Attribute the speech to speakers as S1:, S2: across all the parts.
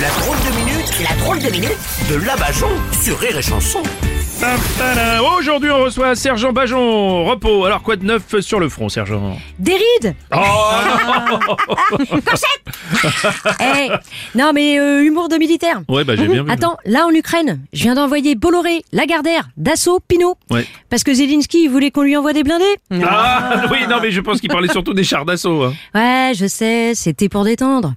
S1: La drôle de minute, la drôle de minute de Labajon sur Rire et Chanson.
S2: Tadam Aujourd'hui, on reçoit Sergent Bajon. Repos. Alors, quoi de neuf sur le front, Sergent
S3: Des rides
S2: Oh
S3: Eh, Non mais euh, humour de militaire
S2: Ouais, bah j'ai bien vu.
S3: Attends, là en Ukraine, je viens d'envoyer Bolloré, Lagardère, Dassault, Pinault.
S2: Ouais.
S3: Parce que Zelensky, il voulait qu'on lui envoie des blindés
S2: Ah oui, non, mais je pense qu'il parlait surtout des chars d'assaut. hein.
S3: Ouais, je sais, c'était pour détendre.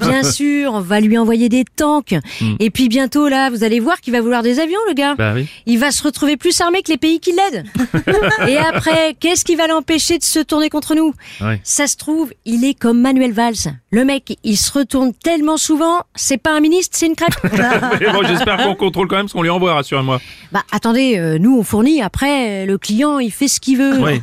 S3: Bien sûr, on va lui envoyer des tanks. Et puis bientôt, là, vous allez voir qu'il va vouloir des avions, le gars.
S2: Mm. Bah oui.
S3: Il va se retrouver plus armé que les pays qui l'aident. Et après, qu'est-ce qui va l'empêcher de se tourner contre nous
S2: Ouais.
S3: Ça se trouve, il est comme Manuel Valls. Le mec, il se retourne tellement souvent, c'est pas un ministre, c'est une crêpe.
S2: Mais bon, j'espère qu'on contrôle quand même ce qu'on lui envoie, rassurez-moi.
S3: bah attendez, euh, nous on fournit, après euh, le client il fait ce qu'il veut.
S2: Oui.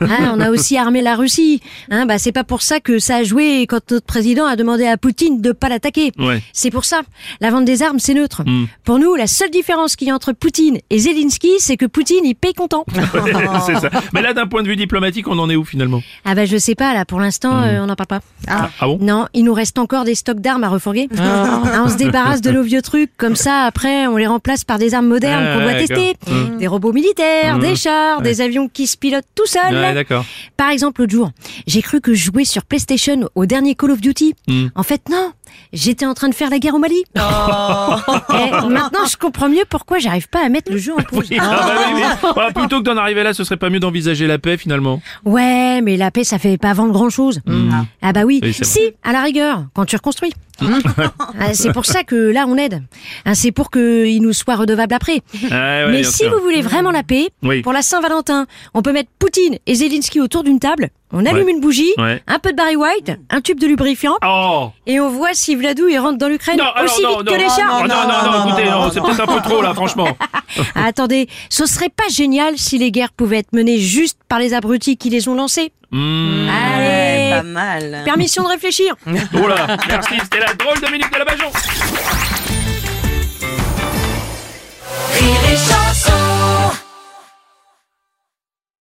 S3: Hein, on a aussi armé la Russie. Hein, bah c'est pas pour ça que ça a joué quand notre président a demandé à Poutine de pas l'attaquer.
S2: Ouais.
S3: C'est pour ça. La vente des armes c'est neutre.
S2: Hmm.
S3: Pour nous, la seule différence qu'il y a entre Poutine et Zelensky, c'est que Poutine il paye content. Oh.
S2: C'est ça. Mais là, d'un point de vue diplomatique, on en est où finalement
S3: ah bah je sais pas là, pour l'instant euh, on n'en parle pas.
S2: Ah, bon
S3: Non, il nous reste encore des stocks d'armes à refourguer. Hein, on se débarrasse de nos vieux trucs, comme ça après on les remplace par des armes modernes
S2: Ah,
S3: qu'on doit
S2: ouais,
S3: tester. Des robots militaires, des chars, des avions qui se pilotent tout seuls.
S2: Mm. Ouais, d'accord.
S3: par exemple, l'autre jour, j'ai cru que je jouais sur PlayStation au dernier Call of Duty.
S2: Mm.
S3: En fait, non, j'étais en train de faire la guerre au Mali. Et maintenant, je comprends mieux pourquoi j'arrive pas à mettre le jeu en pause.
S2: Oui, ah, bah oui, oui. Ouais, plutôt que d'en arriver là, ce serait pas mieux d'envisager la paix finalement Hmm.
S3: Ouais, mais la paix, ça fait pas vendre grand chose. Ah bah oui.
S2: Mm. Oui, c'est Mm.
S3: si, à la rigueur, quand tu reconstruis. Ah, c'est pour ça que là, on aide. Ah, C'est pour qu'il nous soit redevable après.
S2: Ah, ouais,
S3: mais
S2: bien
S3: si
S2: sûr.
S3: vous voulez vraiment la paix,
S2: Oui.
S3: pour la Saint-Valentin, on peut mettre Poutine et Zelensky autour d'une table, on allume
S2: Ouais.
S3: une bougie,
S2: Ouais.
S3: un peu de Barry White, un tube de lubrifiant,
S2: Oh
S3: et on voit si Vladou il rentre dans l'Ukraine
S2: Non, alors,
S3: aussi
S2: non,
S3: vite
S2: non,
S3: que les chars.
S2: Oh, non, non, non, écoutez, non, c'est peut-être un peu trop là, franchement.
S3: Ah, attendez, ce serait pas génial si les guerres pouvaient être menées juste par les abrutis qui les ont lancées
S2: Hmm.
S3: Allez,
S4: Ah pas mal.
S3: permission de réfléchir
S2: Oh là, merci, c'était la drôle de minute de la Bajon.